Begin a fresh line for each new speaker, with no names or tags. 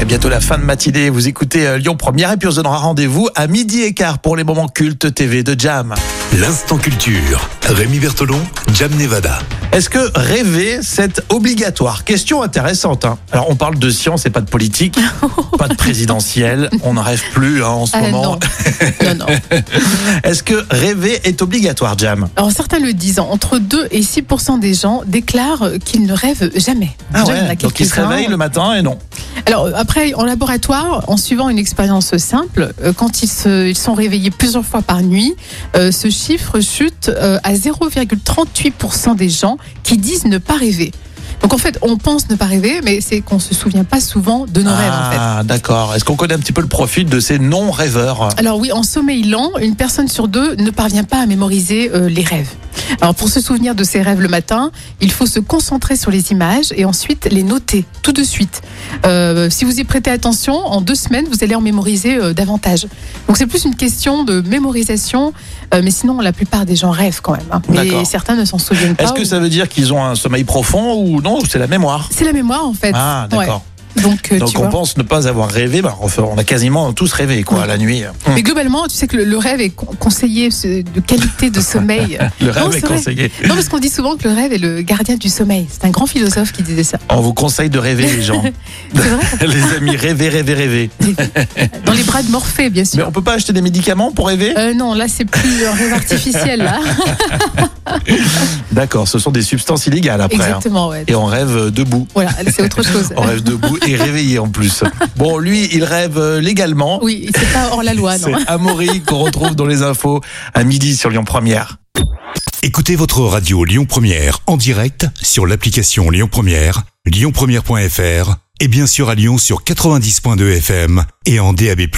Et bientôt la fin de matinée, vous écoutez euh, Lyon Première et puis on se donnera rendez-vous à midi et quart pour les moments cultes TV de Jam.
L'instant culture. Rémi Bertolon, Jam Nevada.
Est-ce que rêver, c'est obligatoire Question intéressante. hein. Alors on parle de science et pas de politique, pas de présidentielle, on n'en rêve plus hein, en ce
Ah,
moment.
non. non, non.
Est-ce que rêver est obligatoire, Jam
Alors certains le disent, hein. entre 2 et 6 des gens déclarent qu'ils ne rêvent jamais. Déjà, il y en a
Ah donc ils se
quelques-uns.
réveillent le matin et non.
Alors après, en laboratoire, en suivant une expérience simple, euh, quand ils, se- ils sont réveillés plusieurs fois par nuit, euh, ce chiffre chute euh, à 0,38% des gens qui disent ne pas rêver. Donc en fait, on pense ne pas rêver, mais c'est qu'on se souvient pas souvent de nos rêves en fait. Euh,
ah, d'accord. Est-ce qu'on connaît un petit peu le profil de ces non-rêveurs
Alors oui, en sommeil lent, une personne sur deux ne parvient pas à mémoriser euh, les rêves. Alors pour se souvenir de ses rêves le matin, il faut se concentrer sur les images et ensuite les noter tout de suite. Euh, si vous y prêtez attention, en deux semaines, vous allez en mémoriser euh, davantage. Donc c'est plus une question de mémorisation, euh, mais sinon la plupart des gens rêvent quand même. hein.
D'accord.
Mais certains ne s'en souviennent pas.
Est-ce que
ou-
ça veut dire qu'ils ont un sommeil profond ou non C'est la mémoire.
C'est la mémoire en fait.
Ah,
Ouais.
d'accord.
Donc, euh,
Donc
tu
on
vois.
pense ne pas avoir rêvé, bah, enfin, on a quasiment tous rêvé quoi
Oui.
la nuit. Hum.
Mais globalement, tu sais que le, le rêve est con- conseillé ce- de qualité de sommeil.
Le rêve
Non,
est
c'est vrai.
conseillé.
Non, parce qu'on dit souvent que le rêve est le gardien du sommeil. C'est un grand philosophe qui disait ça.
On vous conseille de rêver les gens,
C'est vrai
les amis, rêvez, rêvez, rêvez.
Dans les bras de Morphée, bien
Mais
sûr.
on peut pas acheter des médicaments pour rêver
Euh, non, là, c'est plus un rêve artificiel, là.
D'accord, ce sont des substances illégales après. hein.
Exactement, ouais.
Et on rêve debout.
Voilà, là, c'est autre chose.
On rêve debout et réveillé en plus. Bon, lui, il rêve euh, légalement.
Oui, c'est pas hors la loi, non.
C'est Amaury qu'on retrouve dans les infos à midi sur Lyon Première.
Écoutez votre radio Lyon Première en direct sur l'application Lyon Première, lyonpremière.fr et bien sûr à Lyon sur 90.2 FM et en DAB+.